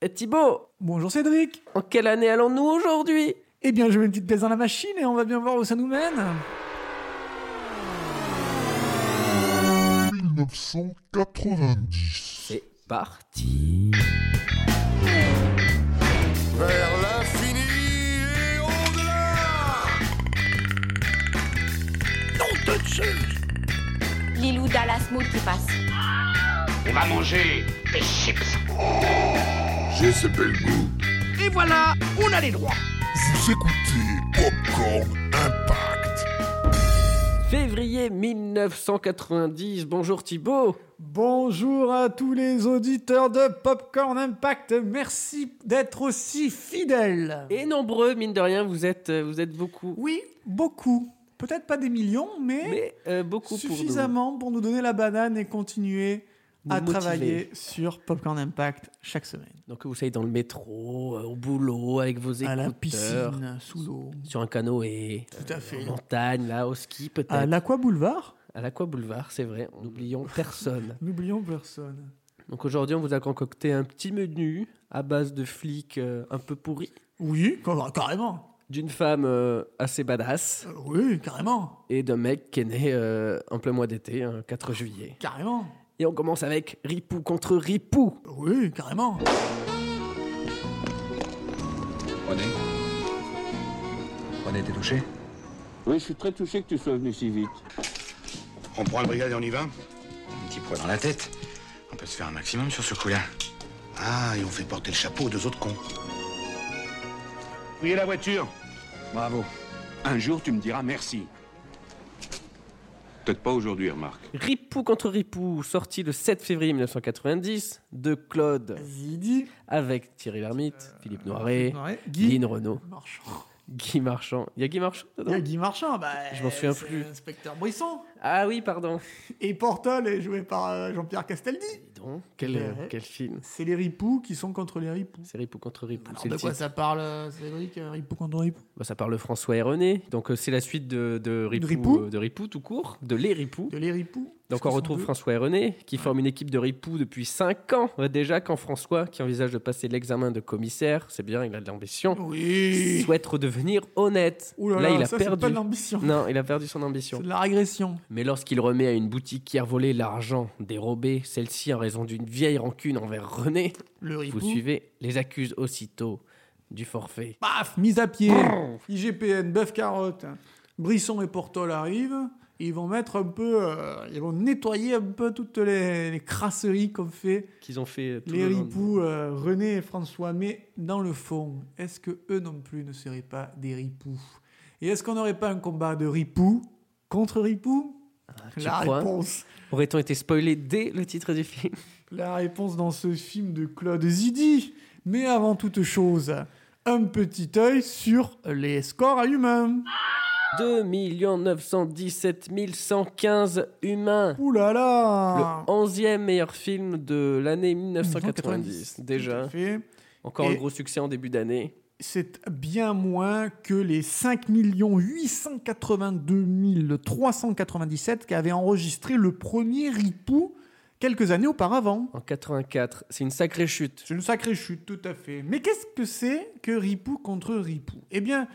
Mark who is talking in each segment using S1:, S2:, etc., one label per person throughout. S1: Eh, Thibaut,
S2: Bonjour Cédric
S1: en quelle année allons-nous aujourd'hui
S2: Eh bien, je mets une petite baisse dans la machine et on va bien voir où ça nous mène
S3: 1990.
S1: C'est parti.
S4: vers l'infini et au-delà.
S5: Lilou Dallas Mood qui passe.
S6: On va manger des chips.
S4: J'ai ce bel goût.
S6: Et voilà, on a les droits.
S4: Vous écoutez Popcorn Impact.
S1: Février 1990. Bonjour Thibaut.
S2: Bonjour à tous les auditeurs de Popcorn Impact, merci d'être aussi fidèles
S1: Et nombreux, mine de rien, vous êtes, euh, vous êtes beaucoup.
S2: Oui, beaucoup. Peut-être pas des millions, mais,
S1: Mais euh, beaucoup pour nous.
S2: suffisamment pour nous. donner la banane et continuer
S1: Nous
S2: à
S1: motiver.
S2: travailler sur Popcorn Impact chaque semaine.
S1: Donc vous soyez dans le métro, euh, au boulot, avec vos écouteurs.
S2: à la piscine, sous l'eau.
S1: Sur un canoë.
S2: Tout à fait.
S1: En montagne, là, au ski peut-être.
S2: À l'Aqua Boulevard,
S1: À l'Aqua Boulevard, c'est vrai, n'oublions personne.
S2: n'oublions personne.
S1: Donc aujourd'hui, on vous a concocté un petit menu à base de flics euh, un peu pourris,
S2: Oui, car- carrément.
S1: d'une femme euh, assez badass
S2: Euh, Oui, carrément.
S1: et d'un mec qui est né euh, en plein mois d'été, un 4 juillet.
S2: Carrément.
S1: Et on commence avec Ripou contre Ripou.
S2: Oui, carrément.
S7: René René, t'es touché
S8: Oui, je suis très touché que tu sois venu si vite.
S4: On prend le brigade et on y va
S7: Un petit poids dans la tête. On peut se faire un maximum sur ce coup-là.
S4: Ah, et on fait porter le chapeau aux deux autres cons. Où est la voiture
S7: Bravo.
S8: Un jour, tu me diras merci. Peut-être pas aujourd'hui, remarque.
S1: Ripou contre Ripou, sorti le 7 février 1990 de Claude
S2: Zidi.
S1: avec Thierry Lhermitte, Philippe Noiret,
S2: Ouais, Guy.
S1: Lynn Renault,
S2: Marchand.
S1: Guy Marchand. Il y a Guy Marchand
S2: Il y
S1: dedans
S2: a Guy Marchand, bah,
S1: Je m'en souviens
S2: c'est
S1: plus.
S2: Inspecteur Brisson.
S1: Ah oui, pardon.
S2: Et Portal est joué par euh, Jean-Pierre Castaldi.
S1: Dis donc, quel, euh,
S2: Ouais.
S1: quel film
S2: C'est les ripoux qui sont contre les ripoux.
S1: C'est Ripou contre Ripou.
S2: Alors
S1: c'est
S2: de
S1: le
S2: quoi
S1: titre.
S2: ça parle, euh, Cédric euh, Ripoux contre ripoux
S1: Bah, ça parle François et René, donc euh, c'est la suite de, de, Ripou,
S2: Ripou.
S1: euh, de Ripou tout court, de Les Ripoux.
S2: De les ripoux
S1: Donc on retrouve François et René qui forment une équipe de Ripoux depuis 5 ans euh, déjà quand François, qui envisage de passer l'examen de commissaire, c'est bien, il a de l'ambition,
S2: Oui
S1: souhaite redevenir honnête.
S2: Ouh là,
S1: là, il a
S2: ça, c'est
S1: perdu.
S2: pas de l'ambition.
S1: Non, il a perdu son
S2: C'est
S1: ambition.
S2: de la régression.
S1: Mais lorsqu'il remet à une boutiquière volée l'argent dérobé, celle-ci en raison d'une vieille rancune envers René,
S2: Le ripou.
S1: vous suivez, les accuse aussitôt du forfait.
S2: Paf Mise à pied IGPN, bœuf carotte. Brisson et Portal arrivent. Ils vont mettre un peu. euh, ils vont nettoyer un peu toutes les, les crasseries qu'on fait
S1: Qu'ils ont fait euh, tout
S2: Les
S1: le long de-
S2: ripoux, euh, René et François, mais dans le fond, est-ce que eux non plus ne seraient pas des ripoux Et est-ce qu'on n'aurait pas un combat de ripoux contre ripoux
S1: Ah, tu
S2: La
S1: crois
S2: réponse.
S1: Aurait-on été spoilé dès le titre du film
S2: La réponse dans ce film de Claude Zidi. Mais avant toute chose, un petit œil sur les scores à humains.
S1: 2 917 115 humains.
S2: Ouh là
S1: Le
S2: là
S1: 11e meilleur film de l'année 1990,
S2: 1990, Tout à
S1: déjà.
S2: fait.
S1: Encore un
S2: Et-
S1: gros succès en début d'année.
S2: c'est bien moins que les 5 882 397 qu'avait enregistré le premier Ripou quelques années auparavant.
S1: En 84, c'est une sacrée chute.
S2: C'est une sacrée chute, tout à fait. Mais qu'est-ce que c'est que Ripou contre Ripou Eh bien,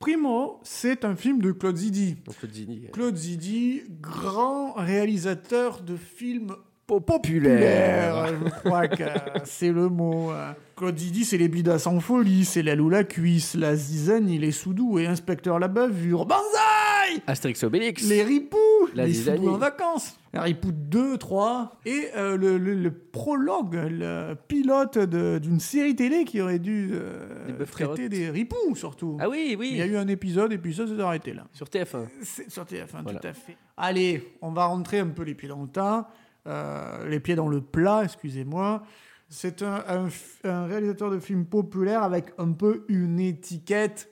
S2: primo, c'est un film de Claude Zidi.
S1: Donc le Zini, euh,
S2: Claude Zidi, grand réalisateur de films po-
S1: Populaires.
S2: populaires, je crois que c'est le mot. euh. Claude Zidi, c'est les bidas sans folie, c'est la loula cuisse, la zizanie, il est soudou et inspecteur la bavure. Banzai
S1: Astérix Obélix.
S2: Les ripoux
S1: La
S2: Les
S1: zizanie.
S2: soudous en vacances Les ripoux 2, 3, et euh, le, le- le prologue, le pilote de- d'une série télé qui aurait dû euh,
S1: Des bœufs
S2: traiter
S1: carottes.
S2: des ripoux, surtout.
S1: Ah oui,
S2: Il y a
S1: oui.
S2: eu un épisode et puis ça s'est arrêté là.
S1: Sur TF1.
S2: C'est sur TF1,
S1: Voilà.
S2: tout à fait. Allez, on va rentrer un peu les pieds dans le tas, euh, les pieds dans le plat, excusez-moi. C'est un, un f- un réalisateur de films populaires avec un peu une étiquette.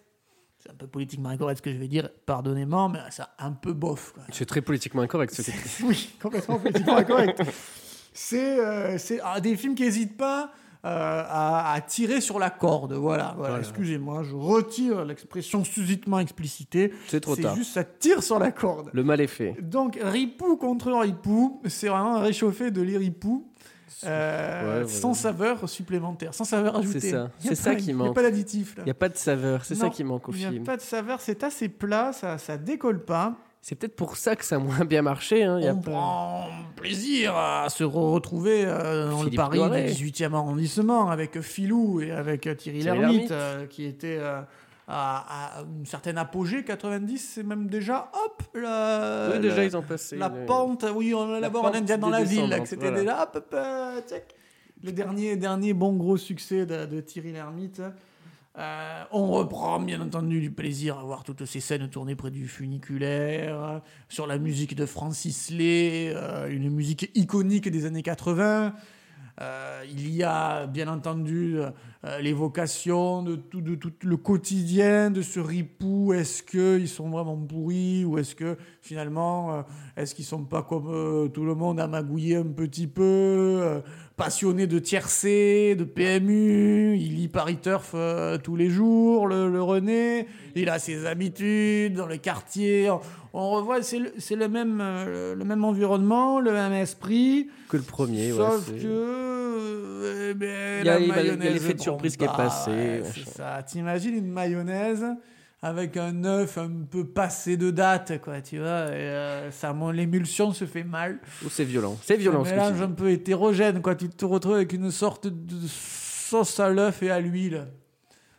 S2: C'est un peu politiquement incorrect ce que je vais dire, pardonnez-moi, mais c'est un peu bof. quoi.
S1: C'est très politiquement incorrect. ce titre.
S2: oui, complètement politiquement incorrect. C'est euh, c'est, ah, des films qui n'hésitent pas euh, à, à tirer sur la corde. Voilà, voilà. excusez-moi, je retire l'expression suscitement explicitée.
S1: C'est trop tard.
S2: juste ça tire sur la corde.
S1: Le mal est fait.
S2: Donc, Ripou contre Ripou, c'est vraiment un réchauffé de l'Iripou. euh,
S1: Ouais, voilà.
S2: sans saveur supplémentaire, sans saveur ajoutée.
S1: ça.
S2: Y a
S1: C'est
S2: pas-
S1: ça qui
S2: Y a
S1: manque.
S2: pas d'additif. là.
S1: Il n'y a pas de saveur, c'est
S2: Non,
S1: ça qui manque au
S2: Il n'y a
S1: film.
S2: pas de saveur, c'est assez plat, ça, ça décolle pas.
S1: C'est peut-être pour ça que ça a moins bien marché. hein, il y a
S2: On
S1: pas-
S2: prend plaisir à se re- retrouver euh, dans
S1: Philippe
S2: le Paris
S1: Noiret.
S2: du 18e arrondissement avec Philou et avec euh, Thierry,
S1: Thierry
S2: Lhermitte,
S1: Lhermitte.
S2: euh, qui était euh, à, à une certaine apogée, 90, c'est même déjà, hop, la,
S1: Oui,
S2: la-
S1: déjà, ils ont passé.
S2: la
S1: le-
S2: pente, euh, oui, on d'abord en
S1: pente
S2: Indienne dans la ville, là, que
S1: descendante,
S2: c'était
S1: voilà.
S2: déjà, hop, hop, euh, tchac. le dernier, dernier bon gros succès de, de Thierry Lhermitte. Euh, on reprend bien entendu du plaisir à voir toutes ces scènes tournées près du funiculaire, sur la musique de Francis Lay, euh, une musique iconique des années 80. Euh, il y a bien entendu euh, l'évocation de tout, de tout le quotidien de ce ripou. Est-ce qu'ils sont vraiment pourris ou est-ce que finalement, euh, est-ce qu'ils sont pas comme euh, tout le monde amagouillés un petit peu, euh, passionnés de tiercé, de PMU Il lit Paris Turf euh, tous les jours, le, le René. Il a ses habitudes dans le quartier. On, on revoit, c'est le, c'est le même, euh, le même environnement, le même esprit.
S1: Que le premier. ouais,
S2: Sauf
S1: c'est-
S2: que. euh, eh ben,
S1: Il y a-
S2: la
S1: il va- il y a
S2: mayonnaise
S1: l'effet de
S2: ne
S1: surprise
S2: prend
S1: qui est
S2: pas,
S1: passé,
S2: ouais,
S1: machin.
S2: c'est ça. T'imagines une mayonnaise avec un œuf un peu passé de date, quoi, tu vois. et, euh, ça, mon- l'émulsion se fait mal.
S1: Ou c'est violent. C'est
S2: Un
S1: violent ce que tu
S2: mélange
S1: dis.
S2: un peu hétérogène, quoi. Tu te retrouves avec une sorte de sauce à l'œuf et à l'huile.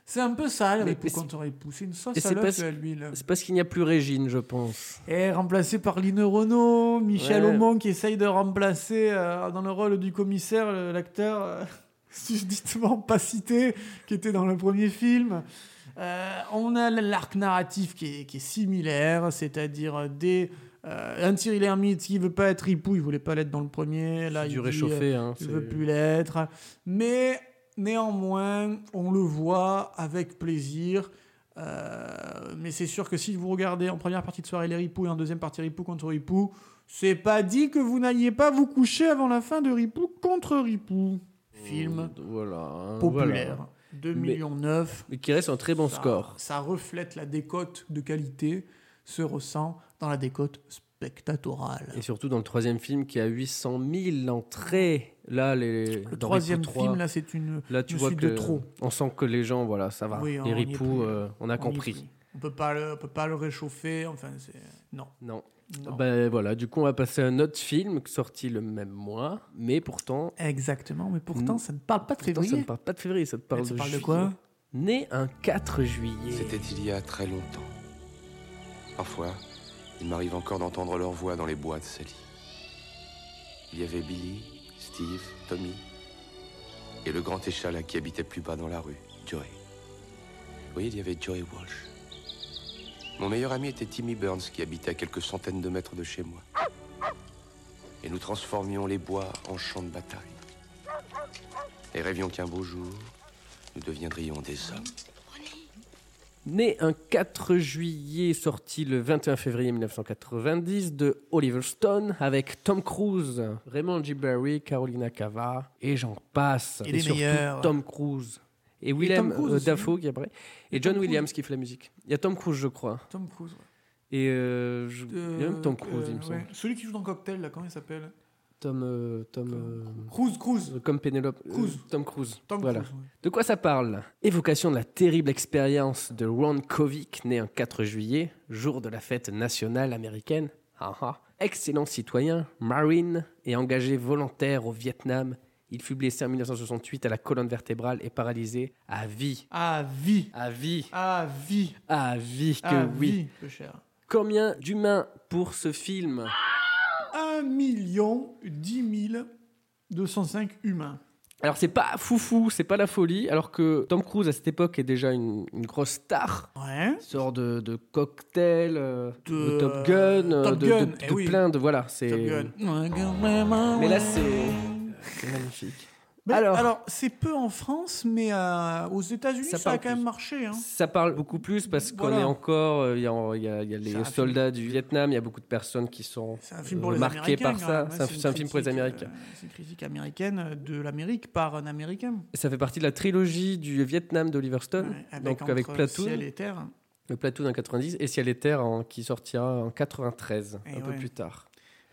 S2: C'est un peu ça, le
S1: Mais-
S2: ripou,
S1: mais
S2: quand on ripou. C'est une
S1: et
S2: sauce à
S1: c'est
S2: l'œuf
S1: parce-
S2: et à l'huile.
S1: C'est parce qu'il n'y a plus Régine, je pense.
S2: Et remplacé par Lynn Renault, Michel
S1: Ouais.
S2: Aumont qui essaye de remplacer euh, dans le rôle du commissaire le- l'acteur euh, susditement pas cité qui était dans le premier film. Euh, on a l'arc narratif qui est, qui est similaire, c'est-à-dire des euh, un Thierry Lhermitte qui veut pas être ripou, il voulait pas l'être dans le premier, là
S1: C'est
S2: il
S1: du
S2: dit, euh,
S1: réchauffé. hein,
S2: je
S1: c'est-
S2: veux plus l'être. Mais néanmoins, on le voit avec plaisir. Euh, mais c'est sûr que si vous regardez en première partie de soirée les Ripoux et en deuxième partie Ripou contre Ripou, c'est pas dit que vous n'alliez pas vous coucher avant la fin de Ripou contre Ripou. Film
S1: Voilà. hein,
S2: populaire.
S1: voilà.
S2: 2
S1: Mais-
S2: millions 9.
S1: Mais qui reste un très bon
S2: Ça-
S1: score.
S2: Ça reflète la décote de qualité, se ressent dans la décote spectatorale.
S1: Et surtout dans le troisième film qui a 800 000 entrées. Là, les.
S2: Le troisième film, là, c'est une,
S1: Là, tu
S2: une
S1: vois
S2: suite
S1: que
S2: de trop.
S1: on sent que les gens, voilà, ça va.
S2: Oui, on y
S1: les
S2: est
S1: ripoux,
S2: plus.
S1: euh, on a
S2: On y
S1: compris.
S2: prie. On peut pas le, on peut pas le réchauffer. Enfin, c'est non.
S1: Non.
S2: non.
S1: Ben voilà, du coup, on va passer à un autre film sorti le même mois, mais pourtant.
S2: Exactement, mais pourtant,
S1: Mm.
S2: ça ne parle pas de
S1: pourtant, ça ne
S2: février.
S1: parle pas de février, ça te parle,
S2: ça
S1: de,
S2: parle de
S1: juillet.
S2: quoi
S1: Né un 4 juillet.
S3: C'était il y a très longtemps. Parfois, il m'arrive encore d'entendre leur voix dans les bois de Sally. Il y avait Billy, Steve, Tommy et le grand échalas qui habitait plus bas dans la rue, Joey. Oui, il y avait Joey Walsh. Mon meilleur ami était Timmy Burns qui habitait à quelques centaines de mètres de chez moi. Et nous transformions les bois en champs de bataille. Et rêvions qu'un beau jour, nous deviendrions des hommes.
S1: Né un 4 juillet, sorti le 21 février 1990 de Oliver Stone avec Tom Cruise, Raymond G. Barry, Carolina Cava et j'en passe.
S2: Et les
S1: surtout
S2: meilleurs.
S1: Tom Cruise. Et Willem
S2: Cruise
S1: euh,
S2: aussi.
S1: Dafoe qui est après. Et,
S2: Et
S1: John
S2: Tom
S1: Williams qui fait la musique. Il y a Tom Cruise, je crois.
S2: Tom Cruise. ouais.
S1: Et euh, je- il y a
S2: Euh,
S1: même Tom Cruise,
S2: euh,
S1: il me semble.
S2: ouais. Celui qui joue dans Cocktail, là, comment il s'appelle
S1: Tom. euh, Tom.
S2: Cruise,
S1: euh,
S2: Cruise.
S1: comme Pénélope. euh,
S2: Cruise.
S1: Tom Cruise.
S2: Tom
S1: voilà.
S2: Cruise. ouais.
S1: De quoi ça parle Évocation de la terrible expérience de Ron Kovic, né un 4 juillet, jour de la fête nationale américaine. Ah ah. Excellent citoyen, marine et engagé volontaire au Vietnam, il fut blessé en 1968 à la colonne vertébrale et paralysé à vie.
S2: À vie.
S1: À vie,
S2: À vie.
S1: à vie que
S2: À
S1: oui.
S2: vie, peu cher.
S1: Combien d'humains pour ce film
S2: 1 million 10 000 205 humains.
S1: Alors c'est pas foufou, c'est pas la folie, alors que Tom Cruise à cette époque est déjà une, une grosse star.
S2: Ouais.
S1: Il sort de, de cocktail, euh,
S2: De-
S1: de, Top Gun, euh,
S2: Top
S1: de,
S2: Gun,
S1: de-
S2: eh
S1: de
S2: oui.
S1: plein de voilà, c'est
S2: Top Gun. Mais
S1: Mais là, c'est- c'est magnifique.
S2: alors,
S1: hein. Alors-
S2: c'est peu en France, mais euh, aux États-Unis, ça,
S1: Ça
S2: a
S1: parle
S2: quand même
S1: plus.
S2: marché. Hein.
S1: Ça parle beaucoup plus parce qu'on
S2: Voilà.
S1: est encore, euh, il y, a- il y a il y a
S2: C'est un
S1: les
S2: film.
S1: soldats du Vietnam, il y a beaucoup de personnes qui sont
S2: C'est un film pour
S1: euh,
S2: les
S1: marquées
S2: Américains.
S1: par
S2: quand
S1: ça.
S2: même, hein.
S1: C'est un-
S2: une
S1: c'est un film pour les
S2: critique,
S1: Américains.
S2: euh, c'est une critique américaine euh, de l'Amérique par un Américain.
S1: Ça fait partie de la trilogie du Vietnam d'Oliver Stone,
S2: Ouais,
S1: Euh, donc avec
S2: entre
S1: Platoon,
S2: Ciel et Terre.
S1: le Platoon en 90 et Ciel et Terre en- qui sortira en 93,
S2: Eh
S1: un peu
S2: ouais.
S1: plus tard.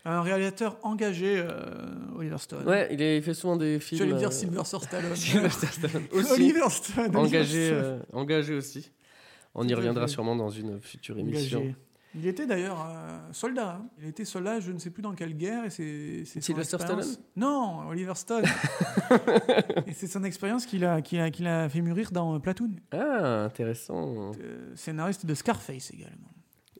S2: Un réalisateur engagé, euh, Oliver Stone.
S1: Ouais, il, est- il fait souvent des films.
S2: Je vais
S1: euh,
S2: dire Sylvester Stallone.
S1: Sylvester Stallone aussi.
S2: Oliver Stone.
S1: engagé,
S2: Oliver Stone.
S1: euh, engagé aussi. On y
S2: Tout à
S1: reviendra
S2: fait.
S1: sûrement dans une future
S2: Engagé.
S1: euh, émission.
S2: Il était d'ailleurs euh, soldat. hein. Il était soldat, je ne sais plus dans quelle guerre. Et c'est, c'est son
S1: Sylvester
S2: expérience-
S1: Stallone
S2: Non, Oliver Stone. et c'est son expérience qu'il a, qu'il a, qu'il a fait mûrir dans euh, Platoon.
S1: Ah, intéressant.
S2: Euh, scénariste de Scarface également.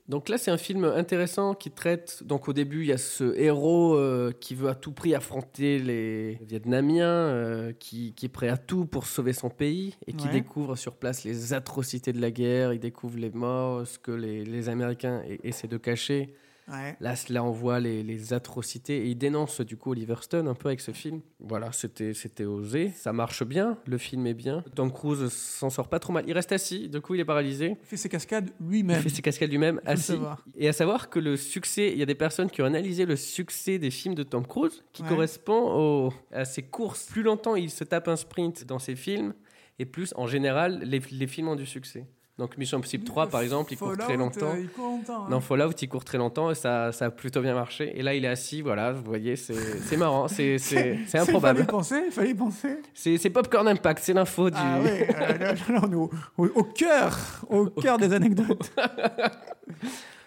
S1: Donc là, c'est un film intéressant qui traite. Donc au début, il y a ce héros euh, qui veut à tout prix affronter les Vietnamiens, euh, qui, qui est prêt à tout pour sauver son pays et qui
S2: Ouais.
S1: découvre sur place les atrocités de la guerre. Il découvre les morts, ce que les, les Américains e- essaient de cacher.
S2: Ouais.
S1: Là, cela on voit les, les atrocités et il dénonce du coup Oliver Stone un peu avec ce film. Voilà, c'était c'était osé. Ça marche bien, le film est bien. Tom Cruise s'en sort pas trop mal. Il reste assis, du coup, il est paralysé.
S2: Il fait ses cascades
S1: Il
S2: lui-même.
S1: fait ses cascades lui-même,
S2: le
S1: assis.
S2: savoir.
S1: Et à savoir que le succès, il y a des personnes qui ont analysé le succès des films de Tom Cruise, qui
S2: Ouais.
S1: correspond au- à ses courses. Plus longtemps il se tape un sprint dans ses films, et plus en général, les, les films ont du succès. Donc Mission Impossible 3, par exemple, il court
S2: Fallout,
S1: très longtemps.
S2: euh, il court longtemps, hein.
S1: Dans Fallout, il court très longtemps et ça, ça a plutôt bien marché. Et là, il est assis, voilà, vous voyez, c'est c'est marrant, c'est- c'est c'est
S2: Fallait
S1: improbable.
S2: penser, il fallait penser.
S1: C'est c'est Popcorn Impact, c'est l'info du.
S2: Ah ouais, euh, là, là, là, on est au, au- au cœur, au cœur des anecdotes.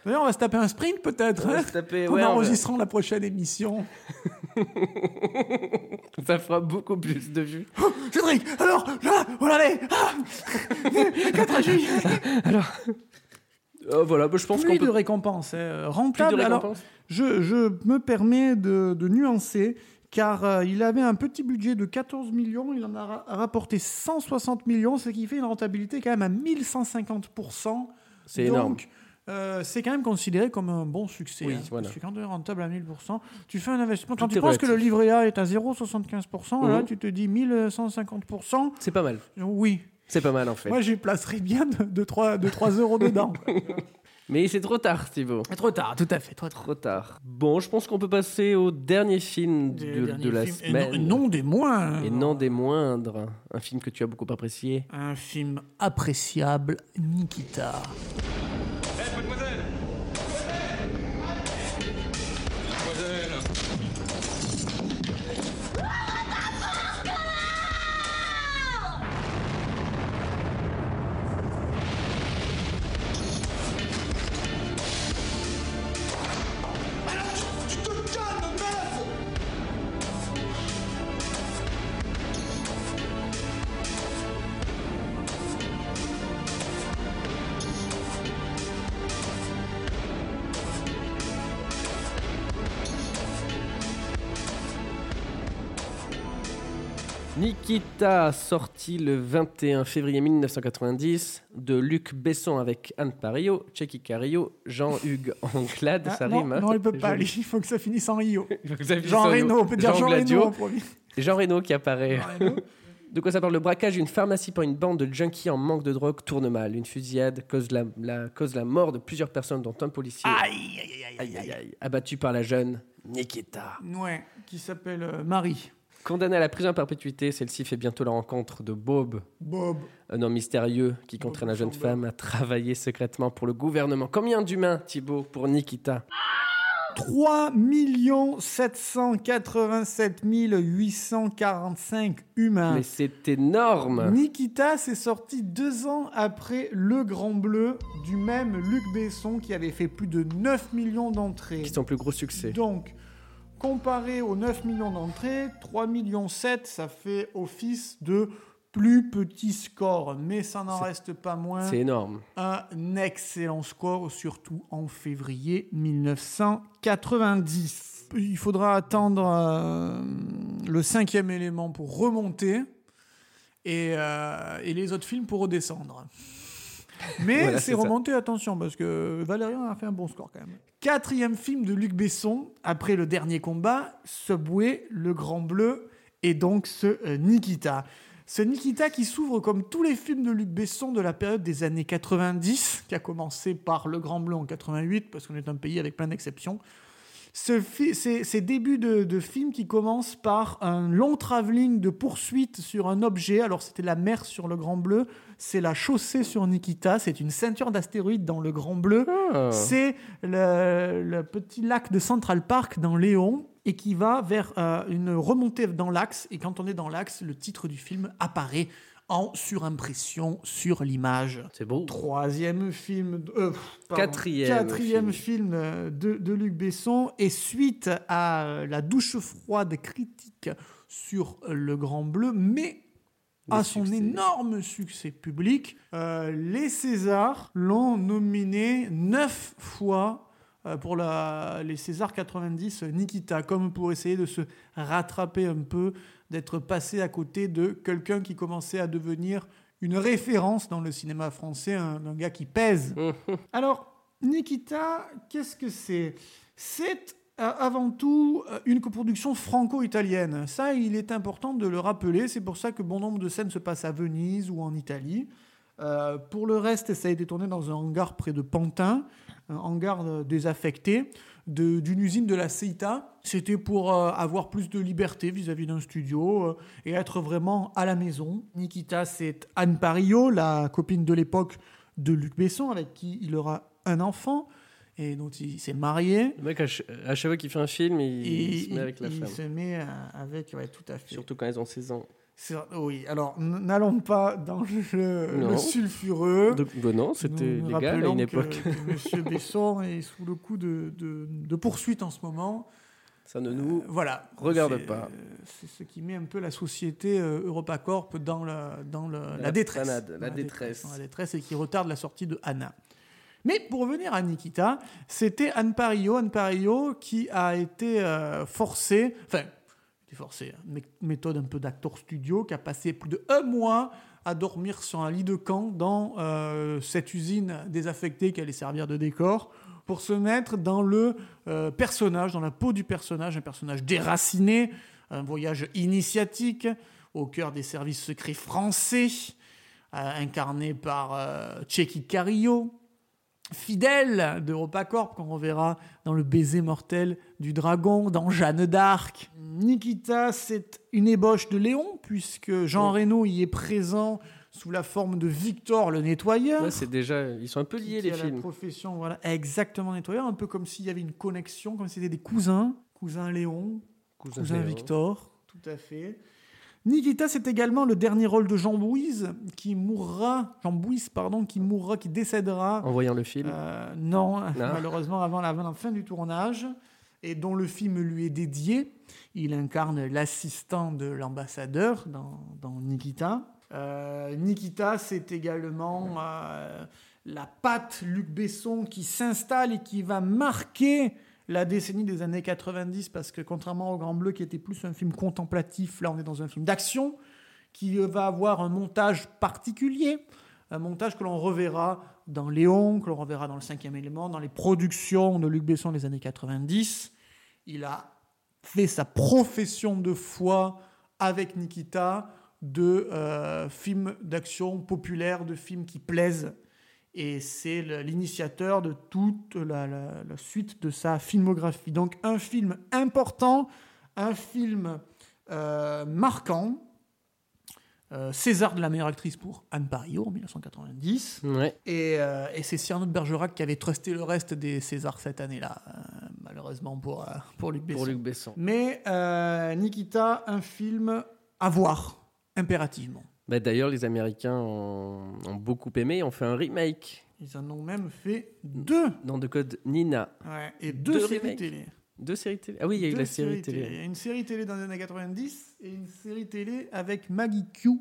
S2: D'ailleurs, on va se taper un sprint peut-être,
S1: On va
S2: hein,
S1: se taper-
S2: en
S1: ouais, on va-
S2: enregistrant la prochaine émission.
S1: Ça fera beaucoup plus de vues.
S2: Cédric, alors, là, on allait ah, 4 juillet
S1: Euh, voilà, bah, je pense qu'on
S2: Plus de
S1: peut.
S2: récompenses, hein, euh,
S1: Plus de
S2: rentable. Alors,
S1: récompenses.
S2: je, je me permets de, de nuancer, car euh, il avait un petit budget de 14 millions, il en a ra- rapporté 160 millions, ce qui fait une rentabilité quand même à 1150%.
S1: C'est énorme.
S2: Donc, euh, c'est quand même considéré comme un bon succès.
S1: Oui,
S2: hein,
S1: voilà.
S2: Parce que quand tu es rentable à 1000%, tu fais un investissement. Quand
S1: Tout
S2: tu
S1: est
S2: penses que le
S1: relatif.
S2: livret A est à 0,75%, là,
S1: Mhm.
S2: tu te dis 1150%.
S1: C'est pas mal.
S2: Oui,
S1: C'est pas mal en fait.
S2: moi j'y placerais bien de, de 3, de 3 euros dedans.
S1: Mais c'est trop tard, Thibaut.
S2: trop tard, tout à fait, trop tard.
S1: Trop tard. Bon, je pense qu'on peut passer au dernier film de, de la semaine.
S2: Et non, non des moins.
S1: Et non des moindres. Un film que tu as beaucoup apprécié.
S2: Un film appréciable, Nikita.
S1: Nikita, sorti le 21 février 1990 de Luc Besson avec Anne Pario, Checky Cario, Jean-Hugues Anglade. ça
S2: Ah, non,
S1: rime. hein.
S2: non, il peut
S1: C'est
S2: pas,
S1: joli.
S2: il faut que ça finisse en Rio.
S1: Il faut que ça finisse
S2: Jean
S1: en
S2: Reno,
S1: nous.
S2: on peut dire Jean
S1: Gladio.
S2: Reno en premier.
S1: Jean Reno qui apparaît.
S2: Jean Reno.
S1: De quoi ça parle Le braquage d'une pharmacie par une bande de junkies en manque de drogue tourne mal. Une fusillade cause la, la- cause la mort de plusieurs personnes, dont un policier.
S2: Aïe, aïe, aïe, aïe,
S1: Aïe,
S2: aïe.
S1: aïe, aïe. abattu par la jeune Nikita.
S2: Ouais, qui s'appelle euh, Marie.
S1: Condamnée à la prison à perpétuité, celle-ci fait bientôt la rencontre de Bob,
S2: Bob.
S1: un homme mystérieux qui
S2: Bob
S1: contraint la jeune
S2: Chamberlain.
S1: femme à travailler secrètement pour le gouvernement. Combien d'humains, Thibaut, pour Nikita
S2: 3 787 845 humains.
S1: Mais c'est énorme
S2: Nikita s'est sorti deux ans après Le Grand Bleu du même Luc Besson qui avait fait plus de 9 millions d'entrées.
S1: Qui sont plus gros succès.
S2: Donc, comparé aux 9 millions d'entrées, 3 millions 7, ça fait office de plus petit score, mais ça n'en
S1: C'est-
S2: reste pas moins
S1: C'est énorme.
S2: un excellent score, surtout en février 1990. Il faudra attendre euh, le cinquième élément pour remonter et, euh, et les autres films pour redescendre. Mais
S1: Voilà, c'est
S2: c'est
S1: ça.
S2: remonté, attention, parce que Valérian a fait un bon score quand même. Quatrième film de Luc Besson, après le dernier combat, Subway, Le Grand Bleu, et donc ce euh, Nikita. Ce Nikita qui s'ouvre comme tous les films de Luc Besson de la période des années 90, qui a commencé par Le Grand Bleu en 88, parce qu'on est un pays avec plein d'exceptions. ce fi- ces, ces débuts de, de film qui commencent par un long travelling de poursuite sur un objet. Alors, c'était la mer sur le Grand Bleu, c'est la chaussée sur Nikita, c'est une ceinture d'astéroïdes dans le Grand Bleu,
S1: Ah.
S2: c'est le, le petit lac de Central Park dans Léon et qui va vers euh, une remontée dans l'axe. Et quand on est dans l'axe, le titre du film apparaît en surimpression sur l'image.
S1: C'est beau.
S2: Troisième film, de- euh, pff, pardon.
S1: Quatrième
S2: Quatrième film, euh, de, de Luc Besson. Et suite à euh, la douche froide critique sur euh, Le Grand Bleu, mais à son
S1: succès.
S2: énorme succès public, euh, les Césars l'ont nominé neuf fois euh, pour la- les Césars 90 euh, Nikita, comme pour essayer de se rattraper un peu, d'être passé à côté de quelqu'un qui commençait à devenir une référence dans le cinéma français, un, un gars qui pèse.
S1: Mmh.
S2: Alors, Nikita, qu'est-ce que c'est C'est euh, avant tout euh, une coproduction franco-italienne. Ça, il est important de le rappeler. C'est pour ça que bon nombre de scènes se passent à Venise ou en Italie. Euh, pour le reste, ça a été tourné dans un hangar près de Pantin, un hangar euh, désaffecté de- d'une usine de la CETA. C'était pour euh, avoir plus de liberté vis-à-vis d'un studio euh, et être vraiment à la maison. Nikita, c'est Anne Parillo, la copine de l'époque de Luc Besson, avec qui il aura un enfant et dont il s'est marié.
S1: Le mec, à, ch- à chaque fois qu'il fait un film, il, il se met avec la
S2: il
S1: femme.
S2: se met, euh, avec, ouais, tout à fait.
S1: Surtout quand ils ont 16 ans.
S2: Sur- Oui, alors n- n'allons pas dans le,
S1: Non.
S2: le sulfureux.
S1: Donc, bah non, c'était
S2: Nous nous
S1: légal à
S2: rappelons
S1: une
S2: que-
S1: époque.
S2: que Monsieur Besson est sous le coup de, de, de poursuites en ce moment. Euh,
S1: Ça ne nous.
S2: Voilà.
S1: Regarde
S2: C'est,
S1: pas.
S2: euh, C'est ce qui met un peu la société euh, EuropaCorp dans la, dans le- la,
S1: la
S2: détresse.
S1: panade,
S2: Dans
S1: la détresse.
S2: Dans la détresse et qui retarde la sortie de Anna. Mais pour revenir à Nikita, c'était Anne Parillo. Anne Parillo qui a été euh, forcée, enfin, été forcée, hein, mé- méthode un peu d'acteur studio, qui a passé plus de un mois à dormir sur un lit de camp dans euh, cette usine désaffectée qui allait servir de décor pour se mettre dans le euh, personnage, dans la peau du personnage, un personnage déraciné, un voyage initiatique au cœur des services secrets français, euh, incarné par euh, Checky Carillo, fidèle d'EuropaCorp, qu'on reverra dans Le baiser mortel du dragon, dans Jeanne d'Arc. Nikita, c'est une ébauche de Léon, puisque Jean Reno y est présent sous la forme de Victor le nettoyeur
S1: Là, c'est déjà. Ils sont un peu liés,
S2: qui
S1: les
S2: a Ah. La
S1: films.
S2: profession, voilà, exactement nettoyeur, un peu comme s'il y avait une connexion, comme si c'était des cousins, cousin Léon, cousin,
S1: Léon.
S2: Victor, tout à fait. Nikita, c'est également le dernier rôle de Jean Bouise, qui mourra, Jean Bouise, pardon, qui mourra, qui décédera.
S1: En voyant le film.
S2: Euh, non, malheureusement avant la, avant la fin du tournage, et dont le film lui est dédié. Il incarne l'assistant de l'ambassadeur dans, dans Nikita. Euh, Nikita, c'est également euh, la patte Luc Besson qui s'installe et qui va marquer la décennie des années 90, parce que contrairement au Grand Bleu, qui était plus un film contemplatif, là on est dans un film d'action qui euh, va avoir un montage particulier, un montage que l'on reverra dans Léon, que l'on reverra dans le cinquième élément, dans les productions de Luc Besson des années 90. Il a fait sa profession de foi avec Nikita de euh, films d'action populaires, de films qui plaisent. Et c'est le- l'initiateur de toute la, la- la suite de sa filmographie. Donc un film important, un film euh, marquant, euh, César de la meilleure actrice pour Anne Parillo en 1990.
S1: Ouais.
S2: Et, euh, et c'est Cyrano de Bergerac qui avait trusté le reste des Césars cette année-là, euh, malheureusement pour, euh, pour Luc Besson.
S1: Pour Luc Besson.
S2: Mais euh, Nikita, un film à voir, impérativement.
S1: Bah, D'ailleurs, les Américains ont, ont beaucoup aimé. On fait un remake
S2: Ils en ont même fait deux.
S1: dans le code Nina.
S2: Ouais, et deux,
S1: Deux
S2: séries
S1: remakes.
S2: télé.
S1: Deux séries télé. Ah oui, il y a eu
S2: Deux
S1: la série
S2: séries
S1: télé.
S2: Il y a une série télé dans les années 90 et une série télé avec Maggie Q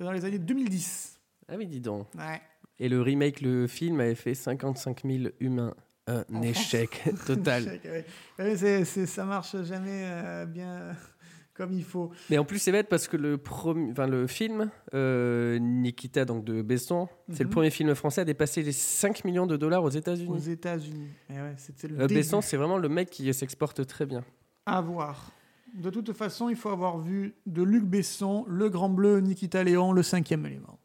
S2: dans les années 2010.
S1: Ah oui, dis donc.
S2: Ouais.
S1: Et le remake, le film, avait fait 55 000 humains. Un
S2: En
S1: échec total.
S2: Check, ouais. Ouais, c'est- c'est- ça marche jamais euh, bien comme il faut.
S1: Mais en plus, c'est bête parce que le, premier, enfin, le film, euh, Nikita, donc de Besson, c'est le
S2: Mhm.
S1: premier film français à dépasser les 5 millions de dollars aux
S2: aux
S1: États-Unis.
S2: États-Unis. Et ouais, c'était le
S1: Euh,
S2: début.
S1: Besson, c'est vraiment le mec qui s'exporte très bien.
S2: à voir. De toute façon, il faut avoir vu de Luc Besson, Le Grand Bleu, Nikita Léon, Le Cinquième Élément.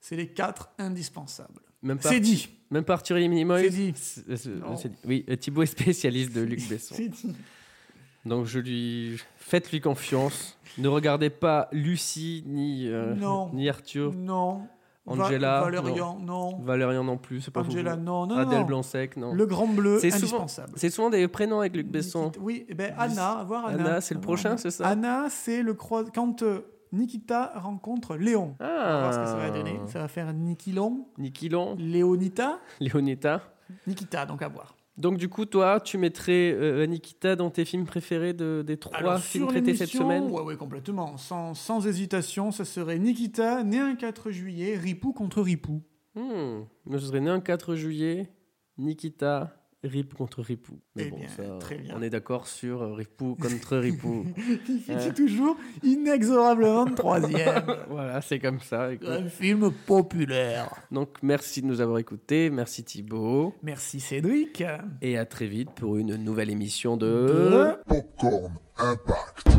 S2: C'est les quatre indispensables.
S1: Même pas,
S2: C'est dit.
S1: même pas Arthur et Minimoy.
S2: C'est dit.
S1: C'est- c'est-
S2: Non.
S1: c'est dit. Oui, euh, Thibaut est spécialiste de Luc Besson.
S2: C'est dit.
S1: Donc je lui faites-lui confiance. Ne regardez pas Lucie ni euh,
S2: Non.
S1: ni Arthur,
S2: Non. Va-
S1: Angela,
S2: Valérian, non.
S1: Valérian non plus, c'est pas pour
S2: Angela,
S1: vous.
S2: non. non,
S1: Adèle
S2: non.
S1: Blanc-Sec non.
S2: Le Grand Bleu,
S1: C'est souvent-
S2: indispensable.
S1: C'est souvent des prénoms avec Luc Besson.
S2: Nikita- Oui, eh ben Anna, voir Anna.
S1: Anna, c'est le
S2: Voir
S1: prochain,
S2: Anna.
S1: c'est ça
S2: Anna, c'est le crois... quand euh, Nikita rencontre Léon.
S1: Ah.
S2: On va voir ce que ça va donner. Ça va faire Nikilon,
S1: Nikilon,
S2: Léonita,
S1: Léonetta.
S2: Nikita, donc à voir.
S1: Donc du coup, toi, tu mettrais euh, Nikita dans tes films préférés de, des trois
S2: Alors,
S1: films
S2: sur
S1: traités cette
S2: l'émission,
S1: semaine
S2: Ouais, ouais, complètement. Sans, sans hésitation, ça serait Nikita, né un 4 juillet, Ripou contre Ripou.
S1: Hmm. Moi, je serais né un 4 juillet, Nikita, Rip contre Ripou. Mais
S2: Eh
S1: bon,
S2: bien,
S1: ça,
S2: très bien.
S1: on est d'accord sur euh, Ripou contre Ripou.
S2: Il fait
S1: Ouais.
S2: toujours inexorablement troisième.
S1: voilà, c'est comme ça. écoute.
S2: un film populaire.
S1: Donc merci de nous avoir écoutés, merci Thibaut,
S2: Merci Cédric.
S1: Euh, et à très vite pour une nouvelle émission
S2: Euh,
S4: Popcorn Impact.